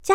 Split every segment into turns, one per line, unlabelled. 加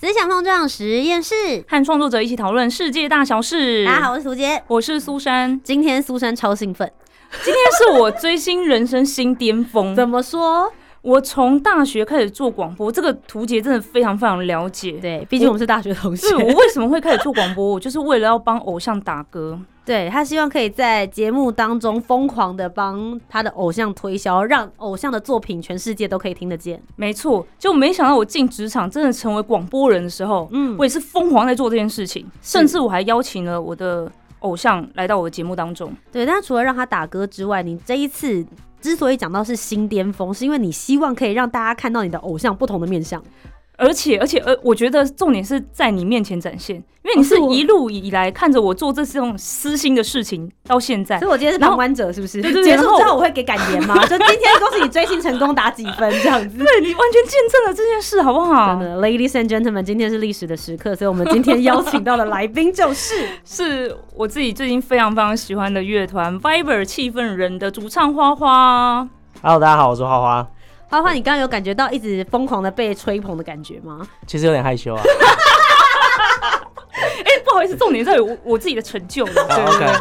思想碰撞实验室。
和创作者一起讨论世界大小事。
大家好，，我是涂杰。
我是苏珊，
今天苏珊超兴奋，
今天是我追星人生新 巅峰。
么说？
我从大学开始做广播，这个图杰真的非常非常了解。
对，毕竟我们是大学同学
是。我为什么会开始做广播？ 我就是为了要帮偶像打歌。
对他希望可以在节目当中疯狂的帮他的偶像推销，让偶像的作品全世界都可以听得见。
没错，就没想到我进职场真的成为广播人的时候，
嗯
我也是疯狂在做这件事情，甚至我还邀请了我的偶像来到我的节目当中。
对，但除了让他打歌之外，你这一次之所以讲到是新巅峰，是因为你希望可以让大家看到你的偶像不同的面相。
而且而且呃，我觉得重点是在你面前展现，因为你
哦
是
是我
一路以来看着我做这种私心的事情到现在
所以，我今天是
然后
旁观者，是不是？
对对
结束
对然后
之后我会给感言 吗？就今天恭喜你追星成功打几分这样 子。
对你完全见证了这件事，好不
真
好？
的，Ladies and gentlemen，今天是历史的时刻，所以我们今天邀请到的来宾 就是
是我自己最近非常非常喜欢的乐团 Viber 气氛人的主唱花花。
Hello，大家好，我是花花。
花花。你刚刚有感觉到一直疯狂的被吹捧的感觉吗？
其实有点害 羞啊。
哎、不好意思，重点在于我我自己的成就了。对
好
对
哦 OK，
对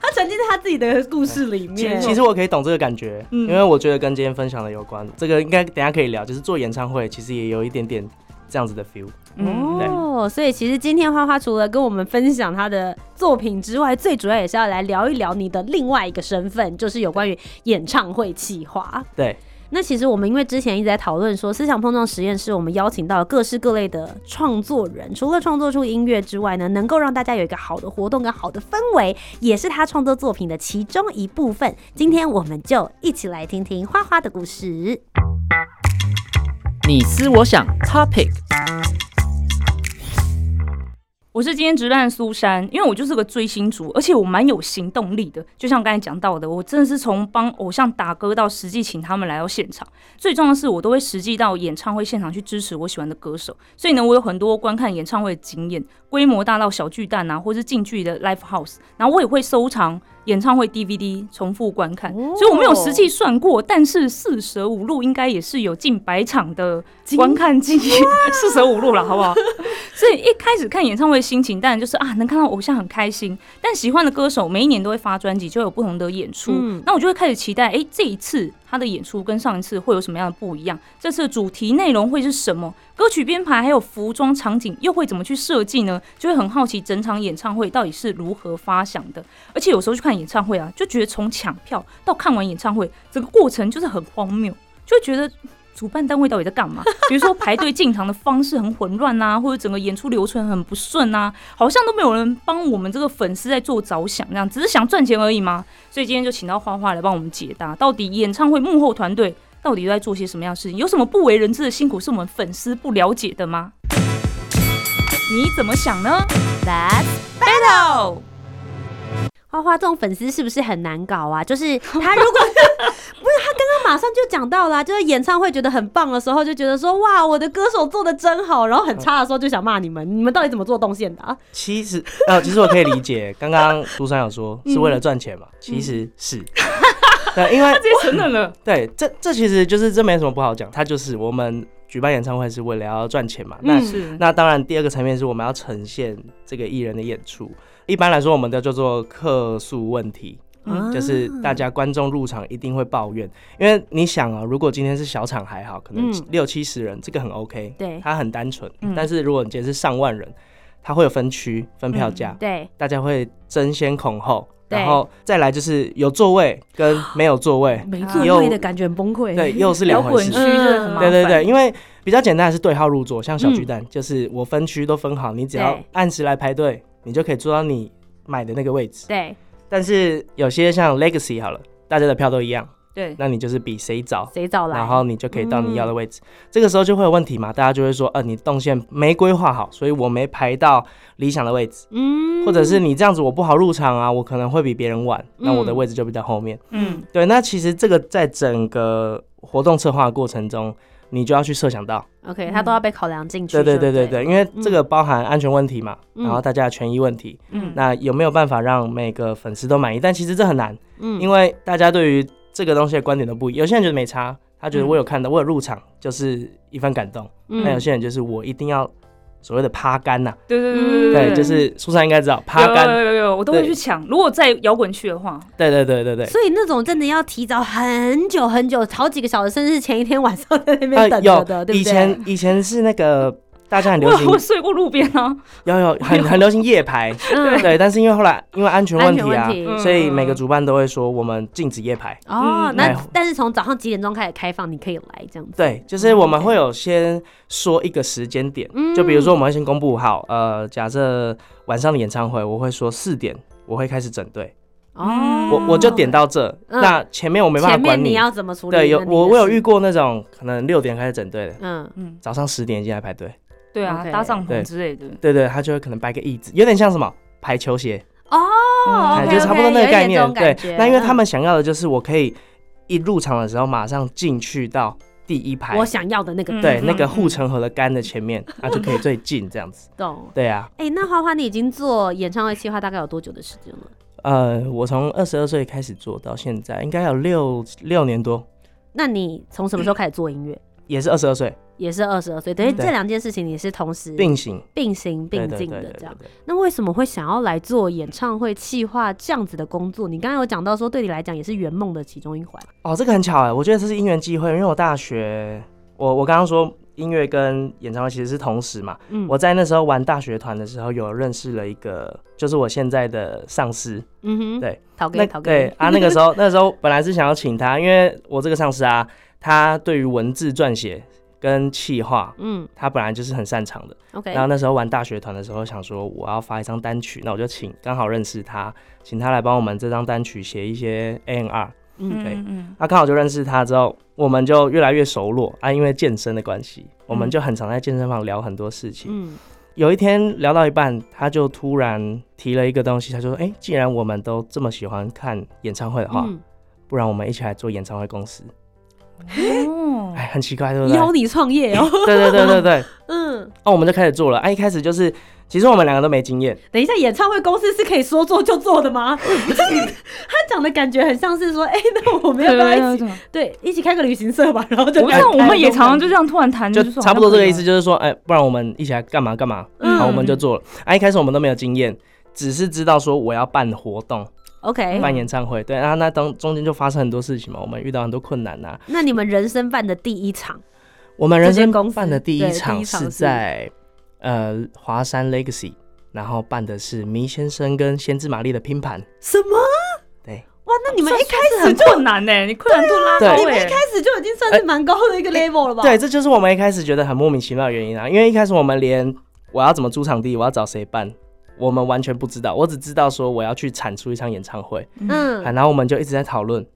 他沉浸在他自己的故事里面。
其实我可以懂这个感觉，
嗯
因为我觉得跟今天分享的有关。这个应该等一下可以聊，就是做演唱会，其实也有一点点这样子的 feel。
嗯，
哦，所以其实今天花花除了跟我们分享他的作品之外，最主要也是要来聊一聊你的另外一个身份，就是有关于演唱会企划。
对，
那其实我们因为之前一直在讨论说，思想碰撞实验室，我们邀请到各式各类的创作人，除了创作出音乐之外呢，能够让大家有一个好的活动跟好的氛围，也是他创作作品的其中一部分。今天我们就一起来听听花花的故事。
你思我想，Topic。
我是今天直男苏珊，因为我就是个追星族，而且我蛮有行动力的。就像刚才讲到的，我真的是从帮偶像打歌到实际请他们来到现场，最重要的是我都会实际到演唱会现场去支持我喜欢的歌手。所以呢，我有很多观看演唱会的经验，规模大到小巨蛋啊，或是近距离的 live house。然后我也会收藏演唱会 DVD 重复观看，
哦
所以我没有实际算过，但是四舍五入应该也是有近百场的
经
观看经验， 四舍五入了，好不好？所以一开始看演唱会心情，当然就是啊，能看到偶像很开心。但喜欢的歌手每一年都会发专辑，就有不同的演出。
嗯
那我就会开始期待，哎、这一次他的演出跟上一次会有什么样的不一样？这次的主题内容会是什么？歌曲编排还有服装场景又会怎么去设计呢？就会很好奇整场演唱会到底是如何发想的。而且有时候去看演唱会啊，就觉得从抢票到看完演唱会，整个过程就是很荒谬，就会觉得主办单位到底在干嘛？ 比如说排队进场的方式很混乱啊，或者整个演出流程很不顺啊，好像都没有人帮我们这个粉丝在做着想，那样只是想赚钱而已嘛。所以今天就请到花花来帮我们解答，到底演唱会幕后团队到底都在做些什么样的事情？有什么不为人知的辛苦是我们粉丝不了解的吗？你怎么想呢
Let's
？Battle，
花花这种粉丝是不是很难搞啊？就是他如果 不是他刚刚马上就讲到啦、啊就是演唱会觉得很棒的时候，就觉得说哇我的歌手做的真好，然后
嗯
很差的时候就想骂你们，你们到底怎么做动线的、啊？
其实呃，其实我可以理解，刚刚苏珊有说是为了赚钱嘛，其实 是。对，因为
直接承认了。
对这这其实就是这没什么不好讲，它就是我们举办演唱会是为了要赚钱嘛。那
嗯
是，
那当然，第二个层面是我们要呈现这个艺人的演出。一般来说，我们都叫做客诉问题，
嗯
啊
就是大家观众入场一定会抱怨，因为你想啊，如果今天是小场还好，可能
嗯
六七十人，这个很 OK，
对
它很单纯
嗯。
但是如果你今天是上万人，它会有分区、分票嗯
嗯
价，
对
大家会争先恐后，
嗯对，
然后再来就是有座位跟没有座位
没
座
位的
感觉很崩溃
对，又是
摇
两回
滚
事
区。真的很麻
对
烦。
对对，因为比较简单的是对号入座，像小巨蛋、就是我分区都分好，你只要
嗯对
按时来排队，你就可以坐到你买的那个位置。
对
但是有些像 Legacy 好了，大家的票都一样，
对，
那你就是比谁早，
谁早来？嗯
然后你就可以到你要的位置。这个时候就会有问题嘛，大家就会说，呃，你动线没规划好，所以我没排到理想的位置，
嗯
或者是你这样子我不好入场啊，我可能会比别人晚，那我的
嗯
位置就比较后面。
嗯，
对，那其实这个在整个活动策划的过程中，你就要去设想到，
OK，他都要被考量进去。
对对对
对
对
不，
对，因为这个包含安全问题嘛，
嗯
然后大家的权益问题，
嗯
那有没有办法让每个粉丝都满意？但其实这很难，
嗯
因为大家对于这个东西的观点都不一，有些人觉得没差，他
嗯
觉得我有看到，我有入场就是一番感动，那有些人就是我一定要所谓的趴杆呐，
对对对
嗯
对，就是苏珊应该知道趴
有
杆，
有有有，我都会去抢。如果在摇滚区的话，
对对对对对。
所以那种真的要提早很久很久，好几个小时，甚至前一天晚上在那
啊
边等着
有
的，对
以
不对？
前以前是那个大家很流
我
行
我睡过路边 啊，
有有很很流行夜排，
嗯
对，但是因为后来因为安全问
安
题
全问
啊，
题。
嗯
所以每个主办都会说我们禁止夜排。
哦，
嗯
那
哎
但是从早上几点钟开始开放，你可以来这样子。
对，就是我们会有先说一个时间点，
嗯
就比如说我们会先公布好，呃，假设晚上的演唱会，我会说四点我会开始整队，
哦，
我我就点到这，
嗯
那前面我没办法
前
管
面你要怎么处理？
对，有
那你的
我我有遇
事，
过那种可能六点开始整队的，
嗯，
嗯，
早上十点进来排队，
对啊，
OK
搭帐
对
篷之类的，
对对，他就会可能摆个椅子，有点像什么排球鞋，
哦
哎，
OK，
就
嗯
差不多那个概
有一
念。
点这种感
对
觉，
那因为他
嗯
们想要的就是我可以一入场的时候马上进去到第一排
我，想要的那个
嗯
哎对，那个护城河的杆的前面，啊就可以最近这样子。
懂。
对啊，
哎，那花花，你已经做演唱会计划大概有多久的时间了？
呃，我从二十二岁开始做到现在，应该有六六年多，
那你从什么时候开始做音乐？
也是二十二岁
也是二十二岁，等于
对
这两件事情你是同时
并行
并行并
对对
进
对
的
对
这样。
对对
那为什么会想要来做演唱会企划这样子的工作？你刚刚有讲到说，对你来讲也是圆梦的其中一环。
哦，这个很巧哎，我觉得这是因缘际会，因为我大学，我我刚刚说音乐跟演唱会其实是同时嘛，
嗯
我在那时候玩大学团的时候，有认识了一个，就是我现在的上司，
嗯哼，
对，
陶哥
那，
陶哥，
对啊，那个时候 那时候本来是想要请他，因为我这个上司啊，他对于文字撰写跟企划，
嗯
他本来就是很擅长的。
，OK，
然后那时候玩大学团的时候，想说我要发一张单曲，那我就请刚好认识他，请他来帮我们这张单曲写一些 A N R。
嗯
对
嗯
啊，刚好就认识他之后，我们就越来越熟络啊，因为健身的关系，我们就很常在健身房聊很多事情。
嗯
有一天聊到一半，他就突然提了一个东西，他就说：“哎、既然我们都这么喜欢看演唱会的话，
嗯，
不然我们一起来做演唱会公司。
嗯哦
哎，很奇怪，对不
嗯
对？
邀你创业 哦，
对对对对对。
嗯，
哦，我们就开始做了。啊，一开始就是，其实我们两个都没经验。
等一下，演唱会公司是可以说做就做的 吗？他讲的感觉很像是说，哎，那我们要不要一起
对对对
对啊一起开个旅行社吧？然后就
我
开
像
始
我
开
们也
那种
常常就
感觉
这样突然
嗯
谈，
哎就
就是说
差不多这个意思，
好
就是说，哎、不然我们一起来干嘛干嘛。
嗯
好，我们就做了。啊，一开始我们都没有经验，只是知道说我要办活动，
OK。
办演唱会。对，然后那当中间就发生很多事情嘛，我们遇到很多困难呐、
那你们人生办的第一场，
我们人
这间
生
公司
办的第一
对第
场
一场
是
是
在呃华山 Legacy，然后办的是迷先生跟先知玛丽的拼盘。
什么？
对，
哇，那你们
像
哦
一
是
开始
很
就
困难呢，你困难度拉
对
高
你们一
哎
开，始就已经算是蛮高的一个
哎
level 了吧？
对，，这就是我们一开始觉得很莫名其妙的原因啊，因为一开始我们连我要怎么租场地，我要找谁办。我们完全不知道，我只知道说我要去产出一场演唱会，啊
嗯，
然后我们就一直在讨论。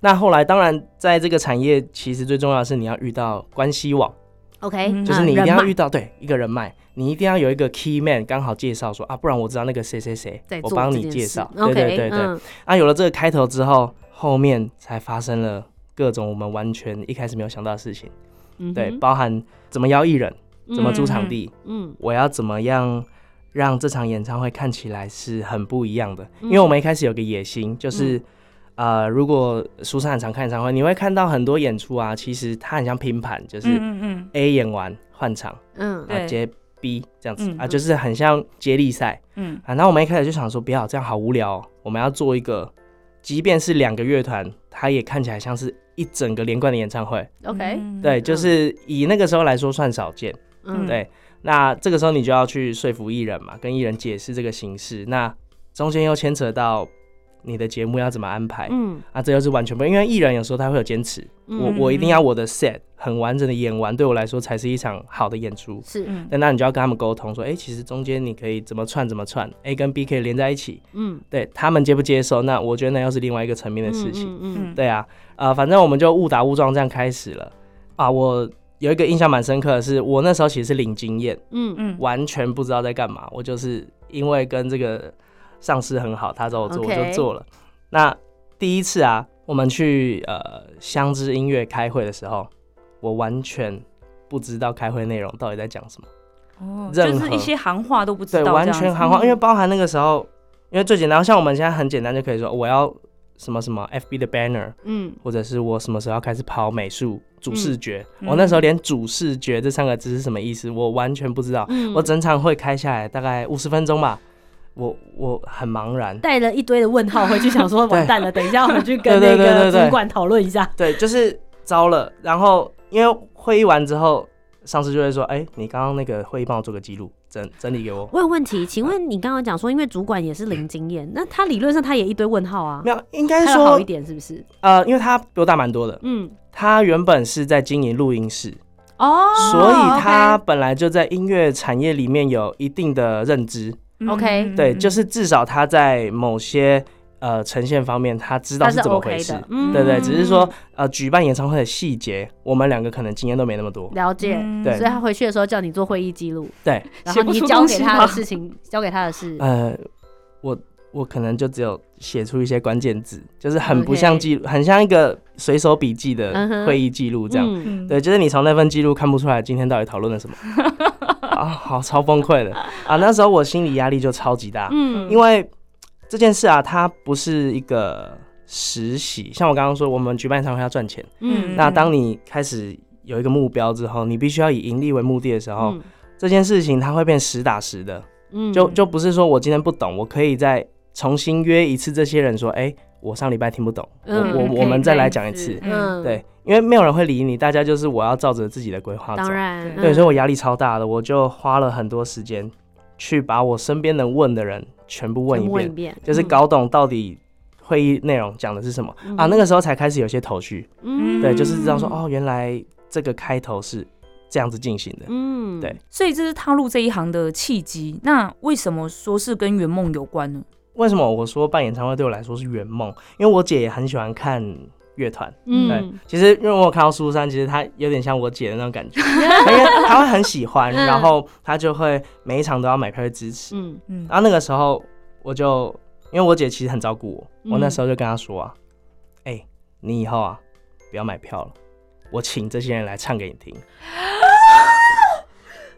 那后来，当然在这个产业，其实最重要的是你要遇到关系网，
嗯
OK，
就是你一
嗯人
定要
脉
遇到对一个人脉，你一定要有一个 key man 刚好介绍说啊，不然我知道那个谁谁谁
在，
我
做
帮
这
你
件
介
事
绍。对
OK，
对对对。
嗯
啊，有了这个开头之后，后面才发生了各种我们完全一开始没有想到的事情，
嗯
对，
哼
包含怎么邀艺人，怎么租场
嗯
地，
嗯
我要怎么样让这场演唱会看起来是很不一样的？
嗯
因为我们一开始有个野心，就是。呃，如果苏珊很常看演唱会，你会看到很多演出啊，其实它很像拼盘，就是
嗯嗯
A 演完换场，
嗯
啊
对
接 B 这样子、
嗯
啊，
嗯
就是很像接力赛
嗯
啊。那我们一开始就想说，不要这样好无聊哦、我们要做一个，即便是两个乐团，它也看起来像是一整个连贯的演唱会。
嗯
，OK，
嗯
对，就是以那个时候来说算少见。
嗯，
嗯
对，那这个时候你就要去说服艺人嘛，跟艺人解释这个形式。那中间又牵扯到你的节目要怎么安排、
嗯
啊，这又是完全不，因为艺人有时候他会有坚持，我
嗯
我一定要我的 set 很完整的演完，对我来说才是一场好的演出。
是
嗯，
但那你就要跟他们沟通说，哎、其实中间你可以怎么串怎么串，A 跟 B 可以连在一起，
嗯
对他们接不接受，那我觉得那又是另外一个层面的事情。
嗯嗯嗯
嗯
对啊，啊，反正我们就误打误撞这样开始了啊。我有一个印象蛮深刻的是，我那时候其实是零经验，
嗯
嗯，
完全不知道在干嘛。我就是因为跟这个上司很好，他找我做
OK
我就做了。那第一次啊，我们去呃相知音乐开会的时候，我完全不知道开会内容到底在讲什么，
哦，就
任
是
何
一些行话都不知
对，
道，
完全行话，
嗯
因为包含那个时候，因为最简单，像我们现在很简单就可以说我要什么什么 FB 的 banner，
嗯
或者是我什么时候要开始跑美术主视觉，
嗯
我那时候连主视觉这三个字是什么意思，我完全不知道。
嗯
我整场会开下来大概五十分钟吧，我我很茫然。
带了一堆的问号回去，想说
对
完蛋 了，等一下我去跟那
对对对
个
对对
主管讨论一下。
对，就是糟了。然后因为会议完之后，上司就会说：“哎、你刚刚那个会议帮我做个记录，整整理给我。
我有问题，请问你刚刚讲说，因为主管也是零经验，那他理论上他也一堆问号啊”
没，有，应该
他要好
说
一点是不是？
呃，因为他比我大蛮多的，
嗯，
他原本是在经营录音室，
哦
所以他本来就在音乐产业里面有一定的认知。
嗯
OK
嗯嗯
对，
嗯
就是至少他在某些呃呈现方面，他知道
他
是
是
怎么回
OK
事。
的，嗯
对对，只是说呃，举办演唱会的细节，我们两个可能经验都没那么多。
了解。
嗯
对
所以他回去的时候叫你做会议记录，
对，
然后你
写不出
交
东
给
西
他
吗
的事情，交给他的事，
呃，我我可能就只有写出一些关键字，就是很不
OK
像记录很像一个随手笔记
嗯
的
哼
会议记录这样。
嗯
嗯
对，就是你从那份记录看不出来今天到底讨论 了什么啊，好超崩溃的啊！那时候我心理压力就超级大，
嗯
因为这件事啊，它不是一个实习，像我刚刚说，我们举办演唱会要赚钱，
嗯
那当你开始有一个目标之后，你必须要以盈利为目的的时候，
嗯
这件事情它会变实打实的，
嗯
就就不是说我今天不懂，我可以再重新约一次这些人说，哎、我上礼拜听不懂，
嗯
我
可以
我我们再
再
来
一
讲一次，
嗯，
对，因为没有人会理你，大家就是我要照着自己的规划走
当，然，
对，
嗯
所以我压力超大的，我就花了很多时间去把我身边能问的人全部问一
全部
遍
问一。遍，
就是搞懂到底会议内容讲的是什么、
嗯
啊。那个时候才开始有些头绪，
嗯
对，就是知道说
嗯
哦，原来这个开头是这样子进行的。
嗯
对
所以这是踏入这一行的契机。那为什么说是跟圆梦有关呢？
为什么我说办演唱会对我来说是圆梦？因为我姐也很喜欢看乐团。对
嗯，
其实因为我有看到苏珊，其实她有点像我姐的那种 感觉，因为她会很喜欢，
嗯
然后她就会每一场都要买票去支持。
嗯
嗯
然啊后那个时候我就，因为我姐其实很照顾我，我那
嗯
时候就跟她说啊，哎、你以后啊不要买票了，我请这些人来唱给你听。
啊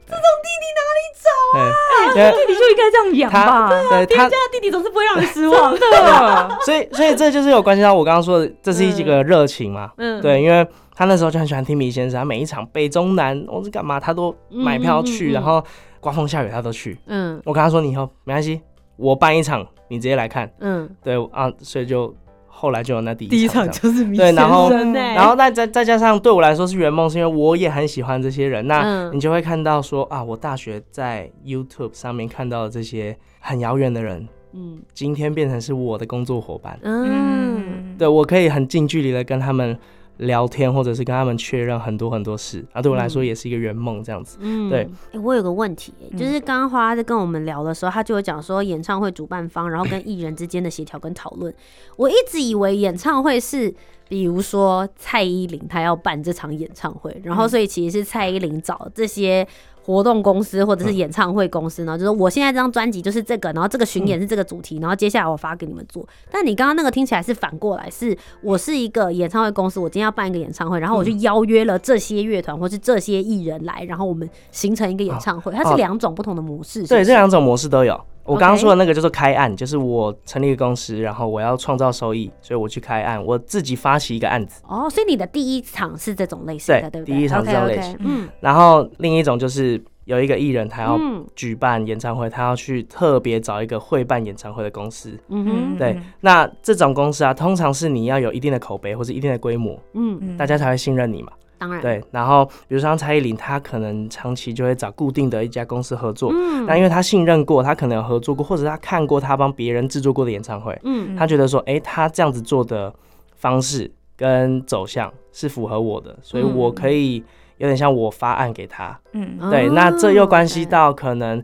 这种弟 弟哪里找啊？
弟弟就应该这样养吧，
对他，
弟弟总是不会让人失望，
真的。
所以所以这就是有关系到我刚刚说的，这是一个热情嘛。
嗯，
对，因为他那时候就很喜欢听米先生，他每一场北中南，我是干嘛，他都买票
嗯嗯嗯
去，
嗯
然后刮风下雨他都去。
嗯
我跟他说，你以后没关系，我办一场，你直接来看。
嗯，
对啊，所以就后来就有那第一
第一
场
场
这样。
就是迷
对然后
先生欸
然后那再再加上对我来说是圆梦，是因为我也很喜欢这些人，那
嗯
你就会看到说啊，我大学在 YouTube 上面看到的这些很遥远的人，
嗯
今天变成是我的工作伙伴，
嗯
嗯，
对我可以很近距离的跟他们聊天，或者是跟他们确认很多很多事啊，对我来说也是一个圆梦这样子。
嗯
对
诶我有个问题、就是刚刚花花在跟我们聊的时候，他就有讲说演唱会主办方，然后跟艺人之间的协调跟讨论。我一直以为演唱会是，比如说蔡依林她要办这场演唱会，然后所以其实是蔡依林找这些。活动公司或者是演唱会公司呢，就是我现在这张专辑就是这个，然后这个巡演是这个主题，然后接下来我发给你们做。但你刚刚那个听起来是反过来，是我是一个演唱会公司，我今天要办一个演唱会，然后我就邀约了这些乐团或是这些艺人来，然后我们形成一个演唱会，它是
哦
两种不同的模式。是不
对，
是
这两种模式都有。我刚刚说的那个就是开案就是我成立一个公司，然后我要创造收益，所以我去开案，我自己发起一个案子。
哦，所以你的第一场是这种类型的，对
对
不对？
第一场是这种
OK，OK，
类型
嗯
然后另一种就是有一个艺人，他要
嗯
举办演唱会，他要去特别找一个会办演唱会的公司。
嗯哼
对，那这种公司啊，通常是你要有一定的口碑或者一定的规模，
嗯
大家才会信任你嘛。
当然，
对，然后比如说像蔡依林，她可能长期就会找固定的一家公司合作，
嗯
那因为她信任过，她可能有合作过，或者她看过她帮别人制作过的演唱会，
嗯
她觉得说，哎、她这样子做的方式跟走向是符合我的，所以
嗯
我可以有点像我发案给她，
嗯
嗯
对，那这又关系
对
到可能。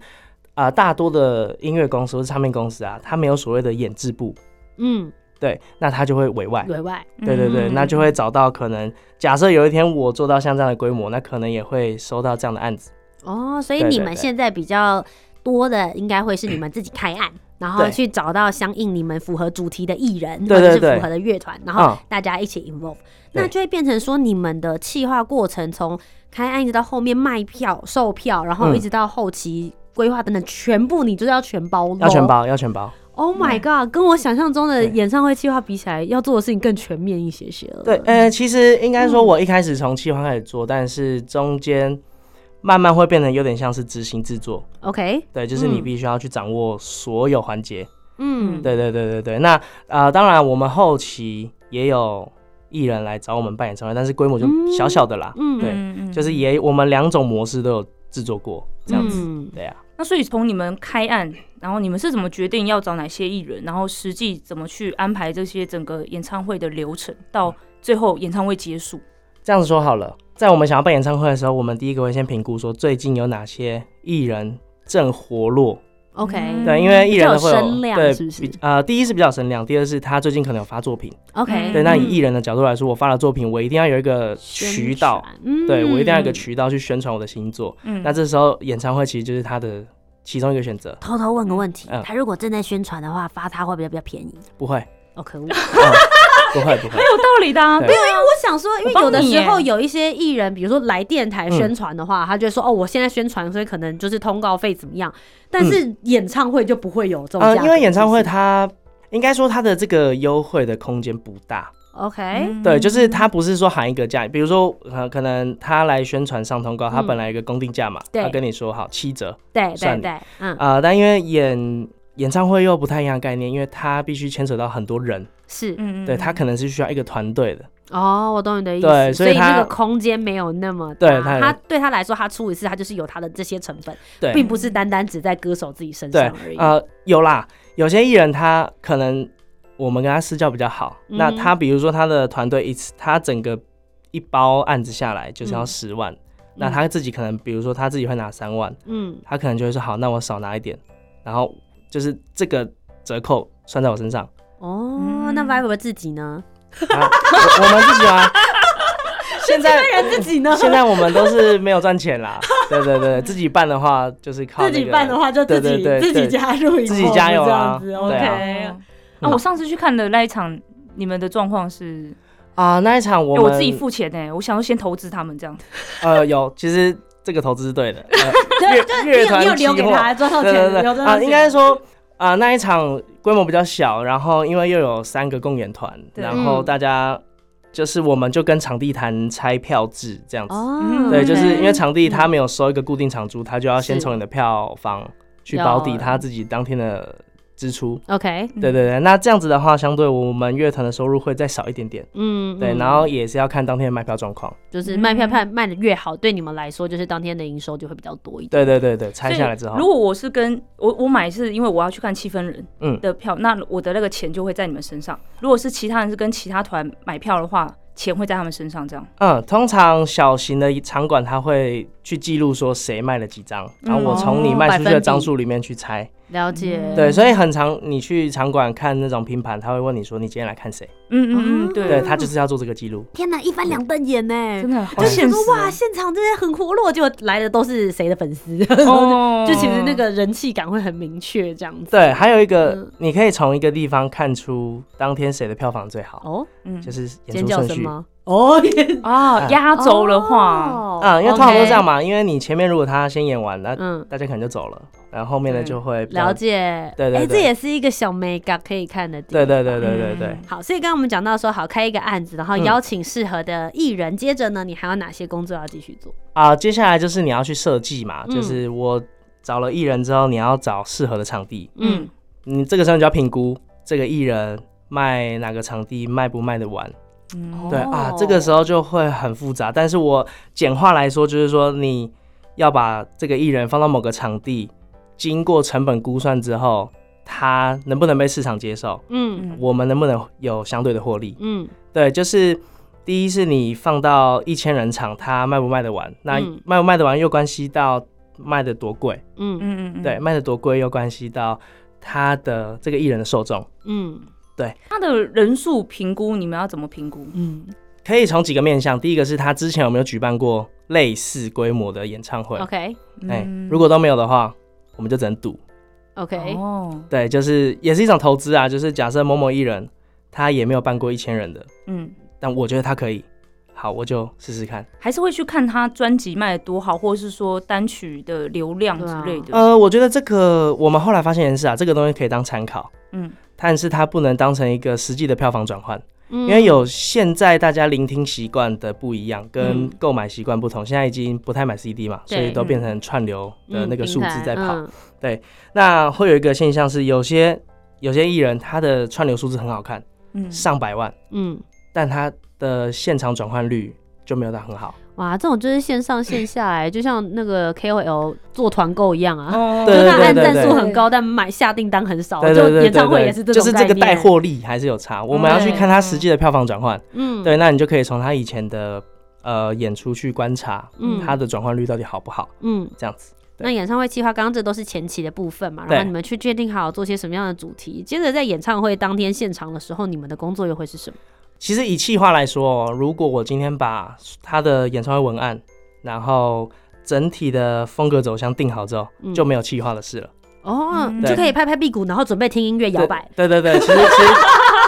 啊、大多的音乐公司或是唱片公司啊，它没有所谓的演制部，
嗯，
对，那它就会委外，
对外，
嗯
对对对，那就会找到可能，假设有一天我做到像这样的规模，那可能也会收到这样的案子。
哦，所以
对对
你们
对
现在比较多的应该会是你们自己开 案，然后
对
去找到相应你们符合主题的艺人，
对
或者
对
是
对
符合的乐团，然后
嗯
大家一起 involve，
对
那就会变成说你们的企划过程从开案一直到后面卖票、售票，然后
嗯
一直到后期。规划等等，全部你就是要全包咯，
要全包，要全包。
Oh my god！跟我想象中的
对
演唱会计划比起来，要做的事情更全面一些些了。
对，呃，其实应该说，我一开始从企划开始做，但是中间慢慢会变得有点像是执行制作。
，OK，
对，就是你
嗯
必须要去掌握所有环节。
嗯，
嗯
对对对对对。那呃，当然我们后期也有艺人来找我们办演唱会，但是规模就
嗯
小小的啦。
嗯
对
嗯
就是也我们两种模式都有制作过，这样子。
嗯
对啊，
那所以从你们开案，然后你们是怎么决定要找哪些艺人，然后实际怎么去安排这些整个演唱会的流程，到最后演唱会结束？
这样子说好了，在我们想要办演唱会的时候，我们第一个会先评估说最近有哪些艺人正活络。
，OK，
嗯
对，因为艺人的
比较
会
有
有
声量
对
是不是
比呃，第一是比较有声量，第二是他最近可能有发作品。
，OK，
对，那以
嗯
艺人的角度来说，我发了作品，我一定要有一个渠道，，
嗯
对我一定要有一个渠道去宣传我的新作。
嗯
那这时候演唱会其实就是他的其中一个选择，
偷偷问个问题，
嗯
他如果正在宣传的话，发他会不会比较便宜？
不会，
哦，可恶！
嗯不会，不会，
有道理的、啊，
对
对
我想说，因为
我帮
有的
你
时
耶
候有一些艺人，比如说来电台
嗯
宣传的话，他就会说哦，我现在宣传，所以可能就是通告费怎么样，但是演唱会就不会有这种价
呃
格。，
嗯因为演唱会
是不是
它应该说它的这个优惠的空间不大。
OK，
哎
对，就是他不是说喊一个价，比如说呃，可能他来宣传上通告，他
嗯
本来有一个公定价嘛，
对
他跟你说好七折
对对
算
对，嗯，
啊、呃但因为演演唱会又不太一样的概念，因为他必须牵扯到很多人，
是
嗯
对他可能是需要一个团队的，
哦，我懂你的意思。
对
所
所以
这
他
个空间没有那么大
对他
他对他来说，他出一次，他就是有他的这些成本，
对
并不是单单只在歌手自己身上而已。
呃，有啦，有些艺人他可能我们跟他私交比较好，
嗯
那他比如说他的团队一次，他整个一包案子下来就是要
嗯
十万，那他自己可能比如说他自己会拿三万，
嗯，
他可能就会说好，那我少拿一点，然后就是这个折扣算在我身上。
哦，那
嗯
Vibe 自己呢？
啊、我我们自己 啊，现在
自己呢？
现在我们都是没有赚钱啦，对对对，自己办的话就是靠、那
自
个、
己办的话就自
对
己
对对
自己
对
加入以后，
自己加油
这
啊
样子
对啊
，OK。
啊，我上次去看的那一场，你们的状况是，
啊、那一场我
哎、
们、
我自己付钱呢、我想要先投资他们这样。
呃有，其实这个投资是对的， 呃、
对，就是
乐乐团
你有
期
留给
货，
他赚到
对
钱，
对对
有赚到
啊，
钱
应该说。啊、那一场规模比较小，然后因为又有三个共演团，
对
然后
嗯
大家就是我们就跟场地谈拆票制这样子，
哦，
嗯对，
OK
就是因为
OK 嗯
场地他没有收一个固定场租，他就要先
是
从你的票房去保抵他自己当天的支出。
OK，
嗯
对对对，那这样子的话，相对我们乐团的收入会再少一点点。
嗯，
对，
嗯
然后也是要看当天的卖票状况。
就是卖票票卖的越好，对你们来说就是当天的营收就会比较多一点。
对对对对，拆
所以
下来之
如
后，
果我是跟我我买是因为我要去看气氛人
嗯
的票，那我的那个钱就会在你们身上。如果是其他人是跟其他团买票的话，钱会在他们身上这样。
嗯，通常小型的场馆他会去记录说谁卖了几张，
嗯
然后我从你卖出去的张数里面去拆。
了解，
对，所以很常你去场馆看那种拼盘，他会问你说你今天来看谁？
嗯
哦
嗯嗯，对，
对他就是要做这个记录。
天哪，一翻两瞪眼呢，
真的好
就
现
想
实
说
哦
哇，现场真的很活络，结果来的都是谁的粉丝？
哦
就其实那个人气感会很明确，这样子。
对，还有一个，
嗯
你可以从一个地方看出当天谁的票房最好，
哦，
嗯
就是演
尖
出
叫
顺
声
序。
吗？哦，也
啊压轴的话，
哦
啊，因为通常都
OK
这样嘛，因为你前面如果他先演完，那
嗯，
大家可能就走了，然后后面的
嗯
就会比较
了。解。
对对
哎，
对
这也是一个小 mega 可以看的地方。
对对对对对对
嗯，
好，所以刚刚我们讲到说，好开一个案子，然后
嗯
邀请适合的艺人，接着呢，你还有哪些工作要继续做？
啊，接下来就是你要去设计嘛，
嗯
就是我找了艺人之后，你要找适合的场地，
嗯
嗯，
你这个时候你就要评估这个艺人卖哪个场地卖不卖得完，
哦
嗯
对啊，这个时候就会很复杂。但是我简化来说，就是说你要把这个艺人放到某个场地，经过成本估算之后，他能不能被市场接受，
嗯
我们能不能有相对的获利？
嗯
对，就是第一是你放到一千人场，它卖不卖得完？那
嗯
卖不卖得完又关系到卖得多贵，
嗯
嗯嗯，
对，，卖得多贵又关系到他的这个艺人的受众。
嗯
他的人数评估你们要怎么评估？
嗯
可以从几个面向，第一个是他之前有没有举办过类似规模的演唱会？
，OK
哎、
嗯
如果都没有的话，我们就只能赌。
OK，
哦，
对，就是也是一种投资啊。就是假设某某艺人他也没有办过一千人的，
嗯，
但我觉得他可以，好，我就试试看。
还是会去看他专辑卖的多好，或者是说单曲的流量
啊
之类的。
呃，我觉得这个我们后来发现也是啊，这个东西可以当参考，
嗯，
但是它不能当成一个实际的票房转换，
因
因为有现在大家聆听习惯的不一样，跟
嗯
购买习惯不同，现在已经不太买 CD 嘛，所以
对
都
嗯
变成串流的那个数字在跑。
嗯
那会有一个现象是，有些有些艺人他的串流数字很好看，
嗯
上百万，
嗯，
但他的现场转换率就没有到很好。
哇，这种就是线上线下哎， 就像那个 KOL 做团购一样啊。
哦，
就
对
那
对
按
对
赞
对
数很高，但买下订单很少，
对对
哦就
对对
演唱会
对
也是这种
就是这个
概
带
念，
货力还是有差。我们要去看他实际的票房转换，
嗯，
对，那你就可以从他以前的呃演出去观察
嗯
他的转换率到底好不好，
嗯，
这样子。对
那演唱会计划，刚刚这都是前期的部分嘛，然
对
后你们去确定好做些什么样的主题，接着在演唱会当天现场的时候，你们的工作又会是什么？
其实以企划来说，哦如果我今天把他的演唱会文案，然后整体的风格走向定好之后，
嗯
就没有企划的事了。
哦，
嗯
你就可以拍拍屁股，然后准备听音乐摇摆。
对对对，对其实 其实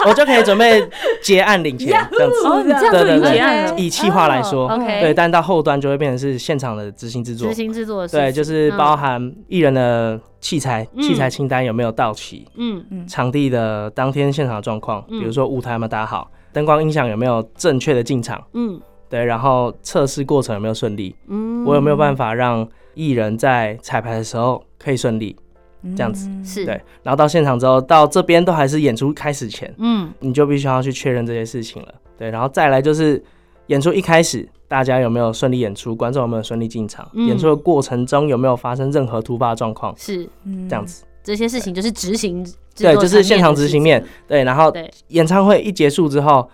我就可以准备结案领钱这样子。
哦，你这样就
对对
已经
对
结案了。
以企划来说，
哎哦，OK
对，但到后端就会变成是现场的执行制作
执，行制作的事
对，
情
就是包含艺人的器材、
嗯
器材清单有没有到齐，
嗯
场地的当天现场的状况，
嗯
比如说舞台有没有搭好，灯光音响有没有正确的进场，
嗯
对，然后测试过程有没有顺利，
嗯，
我有没有办法让艺人在彩排的时候可以顺利，
嗯
这样子
是
对，然后到现场之后，到这边都还是演出开始前。
嗯
你就必须要去确认这些事情了。对，然后再来就是演出一开始大家有没有顺利演出，观众有没有顺利进场，
嗯
演出的过程中有没有发生任何突发状况，
是
嗯
这样子。
这些事情就是执行制作
对，就是现场
层
执行面哦
的事情。。
对，然后
对
演唱会一结束之后，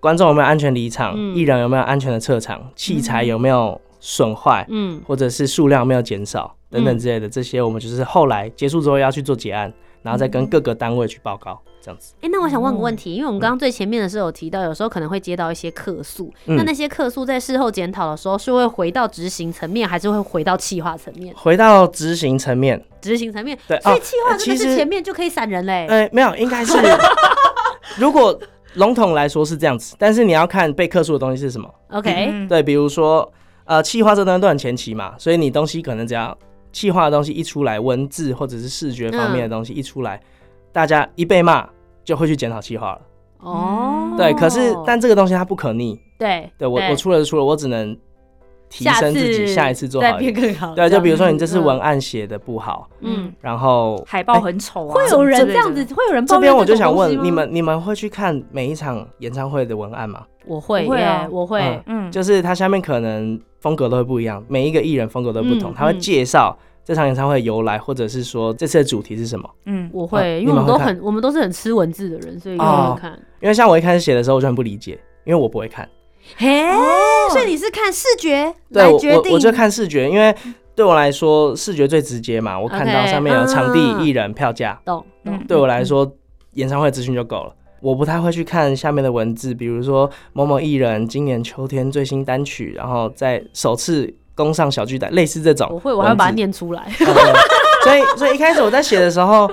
观众有没有安全离场，
嗯
艺、人有没有安全的撤场，器材有没有损坏，
嗯
或者是数量有没有减少等等之类的，这些我们就是后来结束之后要去做结案，然后再跟各个单位去报告，这样子。
哎、那我想问个问题，因为我们刚刚最前面的时候有提到，有时候可能会接到一些客诉，
嗯
那那些客诉在事后检讨的时候，是会回到执行层面，还是会回到企划层面？
回到执行层面，
执行层面，
对
所以
哦
企划真的
其
是
实
前面就可以闪人嘞、
呃，没有，应该是 如果笼统来说是这样子，但是你要看被克数的东西是什么。
OK，
嗯
对，比如说呃，企划这东西都很前期嘛，所以你东西可能只要企划的东西一出来，文字或者是视觉方面的东西一出来，大家一被骂就会去检讨企划了。
哦，
对，可是但这个东西它不可逆，
对
对我我出了就出了，我只能提
下
升自己，
次
下一次做
再嗯
好一
变
点。
更好。
对，就比如说你这
是
次文案写的不好，
嗯哎
嗯，
然后
海报很丑啊，
会有人
之
这
类的
样子，，会有人
这
抱
边
怨
我就
种
想
东西
问
吗
你，们，你们会去看每一场演唱会的文案吗？
我会耶，
我会啊
我会
嗯，
嗯，
就是它下面可能风格都会不一样，每一个艺人风格都不同，
嗯
他会
嗯
介绍这场演唱会的由来，或者是说这次的主题是什么。
嗯，
我
啊
会，因
你
为我
们
们
会
都
看
很，我们都是很吃文字的人，所以我
哦
会看。
因为像我一开始写的时候，我就很不理解，因为我不会看，
嘿，所以你是看视觉
对
来
我
决
我
定，嗯
我就看视觉，因为对我来说视觉最直接嘛，我看到
OK，
上面有场地、
嗯
艺人、票价，
懂懂
嗯
对我来说演唱会资讯就够了。我不太会去看下面的文字，比如说某某艺人今年秋天最新单曲，然后在首次攻上小巨蛋，类似这种文字。
我会，我还要把它念出来。
嗯 所以，所以一开始我在写的时候，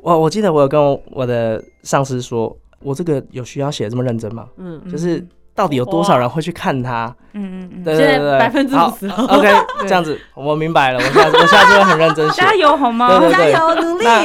我我记得我有跟我我的上司说，我这个有需要写得这么认真吗？
嗯，
就是到底有多少人会去 看它？
嗯嗯嗯，
对
现
对
在
对对，好
50%了，
OK，这样子我明白了，我下次我下次会很认真写。
加油好吗？
对对
加油努力。
那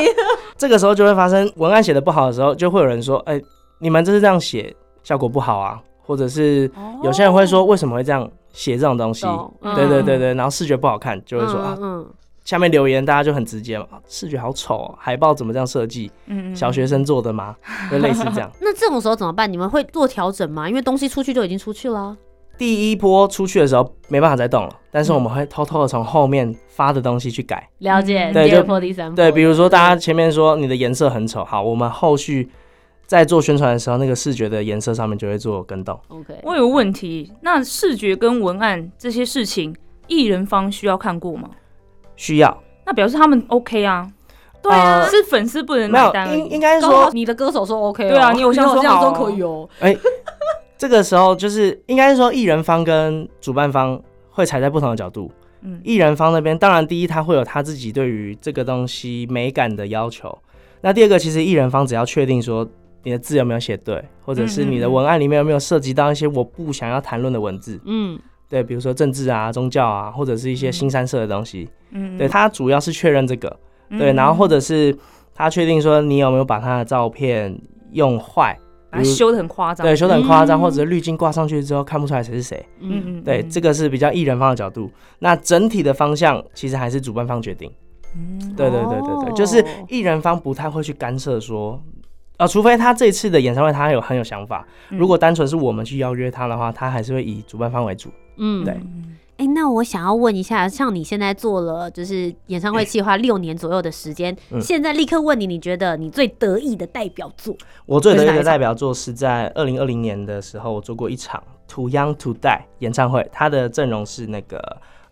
这个时候就会发生文案写的不好的时候，就会有人说，哎、你们这是这样写，效果不好啊，或者是
哦
有些人会说，为什么会这样写这种东西？
懂
对对
嗯
对对，然后视觉不好看，就会说、
嗯
啊，
嗯，
下面留言大家就很直接嘛，啊视觉好丑、哦，海报怎么这样设计？
嗯，嗯
小学生做的 吗？就类似这样。
那这种时候怎么办？你们会做调整吗？因为东西出去就已经出去了。啊
第一波出去的时候没办法再动了，但是我们会偷偷的从后面发的东西去改。
了解，
嗯
对
第二
就
波、第三波。
对，比如说大家前面说你的颜色很丑，好，我们后续在做宣传的时候，那个视觉的颜色上面就会做跟动。
OK，
我有个问题，那视觉跟文案这些事情，艺人方需要看过吗？
需要
那表示他们 OK 啊，
对啊
呃
是粉丝不能
没
嗯买
有
单而
应
已。
应该
刚好
说
你的歌手说 OK，、哦、
对啊你 偶像
说
说好哦
可以哦。
这个时候就是应该是说艺人方跟主办方会踩在不同的角度。
嗯，
艺人方那边当然第一他会有他自己对于这个东西美感的要求，那第二个其实艺人方只要确定说你的字有没有写对，或者是你的
嗯嗯嗯
文案里面有没有涉及到一些我不想要谈论的文字，
嗯，
对，比如说政治啊、宗教啊，或者是一些新三社的东西。
嗯
对，他主要是确认这个，对，然后或者是他确定说你有没有把他的照片用坏，
把它修的很夸张。
对，修得很夸张，
嗯
或者是滤镜挂上去之后看不出来谁是谁，
嗯，
对，这个是比较艺人方的角度。那整体的方向其实还是主办方决定，
嗯
对对对对对，就是
哦
艺人方不太会去干涉说。啊，除非他这次的演唱会他有很有想法，
嗯
如果单纯是我们去邀约他的话，他还是会以主办方为主。
嗯，
对
嗯
哎、那我想要问一下，像你现在做了就是演唱会计划六年左右的时间，
嗯
现在立刻问你，你觉得你最得意的代表作？
我最得
会是哪
意
一
的
场
代表作是在二零二零年的时候，我做过一场《To Young To Die》演唱会，它的阵容是那个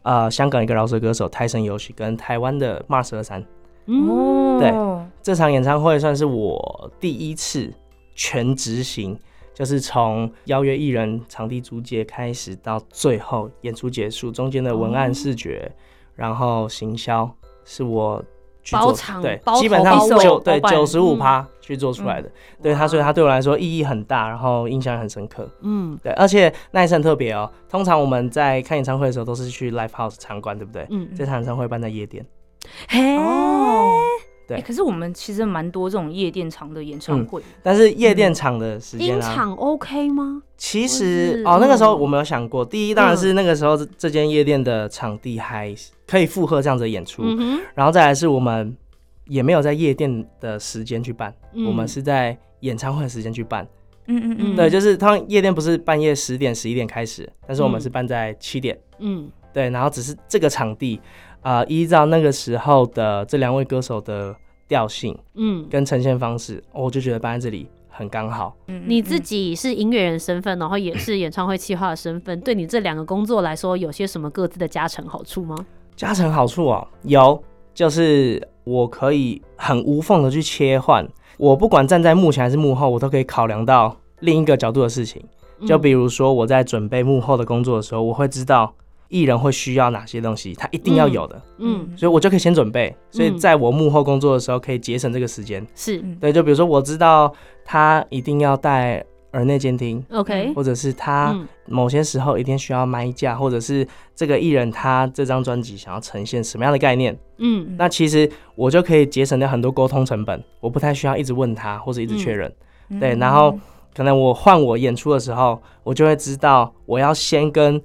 呃香港一个饶舌歌手泰森游戏跟台湾的 Mars 二三。
嗯，
对
哦，
这场演唱会算是我第一次全执行，就是从邀约艺人、场地租借开始到最后演出结束，中间的文案、视
哦
觉，然后行销是我。去
包
做
场
对
包，头
基本上
包尾
九
包
对
办
九十五趴去做出来的，
嗯
对
哇
他，所以他对我来说意义很大，然后印象也很深刻。
嗯
对，而且那一次很特别哦。通常我们在看演唱会的时候都是去 live house 场馆，对不对？
嗯，
这场演唱会办在夜店，
嘿，
哦，
对
欸可是我们其实蛮多这种夜店场的演唱会，
但是夜店场的时
嗯
间
音
啊，
场 OK 吗？
其
或
实
是
哦，那个时候
嗯
我没有想过。第一，当然是那个时候这这间夜店的场地还可以负荷这样子的演出，
嗯哼，
然后再来是我们也没有在夜店的时间去办，
嗯
我们是在演唱会的时间去办。
嗯嗯嗯，
对，就是他们夜店不是半夜十点、十一点开始，但是我们
嗯
是办在七点。
嗯
对，然后只是这个场地，啊，依照那个时候的这两位歌手的调性
嗯。
跟呈现方式，哦我就觉得搬在这里很刚好。
嗯
你自，己是音乐人身份，然后也是演唱会企划的身份，对你这两个工作来说，有些什么各自的加成好处吗？
加成好处哦，有就是我可以很无缝的去切换，我不管站在幕前还是幕后，我都可以考量到另一个角度的事情。
嗯
就嗯比如说我在准备幕后的工作的时候，我会知道艺人会需要哪些东西，他一定要有的，
嗯，嗯，
所以我就可以先准备。所以
嗯
在我幕后工作的时候，可以节省这个时间。
是
嗯
对，就比如说我知道他一定要戴耳内监听，
OK，
或者是他
嗯
某些时候一定需要麦架，或者是这个艺人他这张专辑想要呈现什么样的概念，
嗯
嗯
那其实我就可以节省掉很多沟通成本，我不太需要一直问他或者一直确认。
嗯
对，然后可能我换我演出的时候，我就会知道我要先跟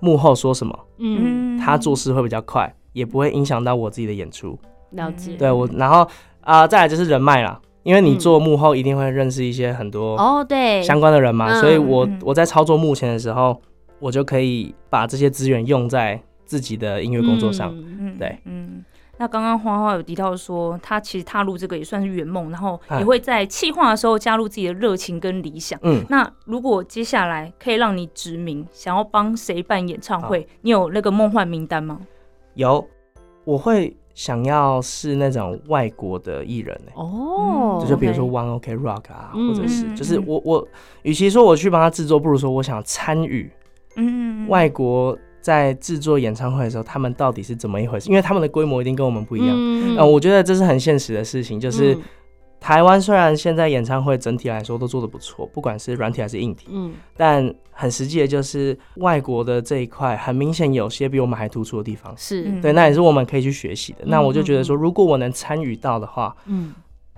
幕后说什么，
嗯，
他做，事会比较快，也不会影响到我自己的演出。
了解。
对我，然后啊、再来就是人脉啦，因为你
嗯
做幕后一定会认识一些很多
哦，对，
相关的人嘛，
嗯
所以我
嗯嗯
我在操作幕前的时候，我就可以把这些资源用在自己的音乐工作上。
嗯
嗯
对，
嗯。那刚刚花花有提到说，他其实踏入这个也算是圆梦，然后
哎
也会在企划的时候加入自己的热情跟理想。
嗯，
那如果接下来可以让你指名想要帮谁办演唱会，你有那个梦幻名单吗？
有，我会想要是那种外国的艺人、欸
哦，
嗯
就比如说
OK
One OK Rock 啊，
嗯
或者是
嗯
就是
嗯
我我，与其说我去帮他制作，不如说我想参与
嗯，
外国在制作演唱会的时候，他们到底是怎么一回事？因为他们的规模一定跟我们不
不
一样。
嗯
那、我觉得这是很现实的事情，就是台湾虽然现在演唱会整体来说都做得不错，不管是软体还是硬体，
嗯
但很实际的就是外国的这一块，很明显有些比我们还突出的地方。
是
嗯
对，那也是我们可以去学习的。那我就觉得说，
嗯
如果我能参与到的话，
嗯，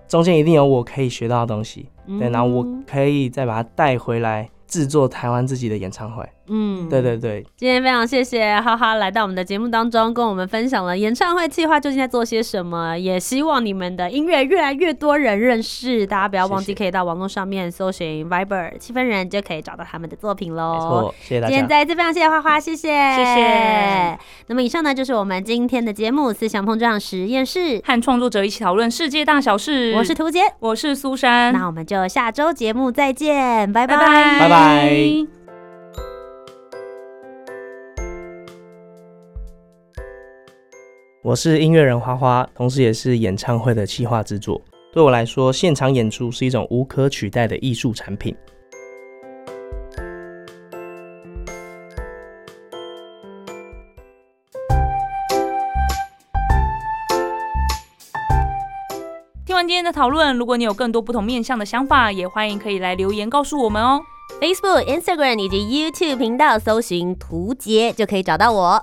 中间一定有我可以学到的东西。对，然后我
嗯
可以再把它带回来制作台湾自己的演唱会。
嗯，
对对对，
今天非常谢谢哈哈来到我们的节目当中，跟我们分享了演唱会计划究竟在做些什么，也希望你们的音乐越来越多人认识，大家不要忘
谢
记
谢
可以到网络上面搜寻 Viber 七分人就可以找到他们的作品
没
喽。
错，谢谢大
哦今天
家，
再一次非常谢谢花花，谢谢，谢
谢。
那么以上呢就是我们今天的节目《思想碰撞实验室》，
和创作者一起讨论世界大小事。
我是涂杰，
我是苏珊，
那我们就下周节目再见，拜
嗯拜
拜。
拜
拜
拜我是音乐人花花，同时也是演唱会的企划制作。对我来说，现场演出是一种无可取代的艺术产品。
听完今天的讨论，如果你有更多不同面向的想法，也欢迎可以来留言告诉我们哦。
Facebook、Instagram 以及 YouTube 频道搜寻“图杰”就可以找到我。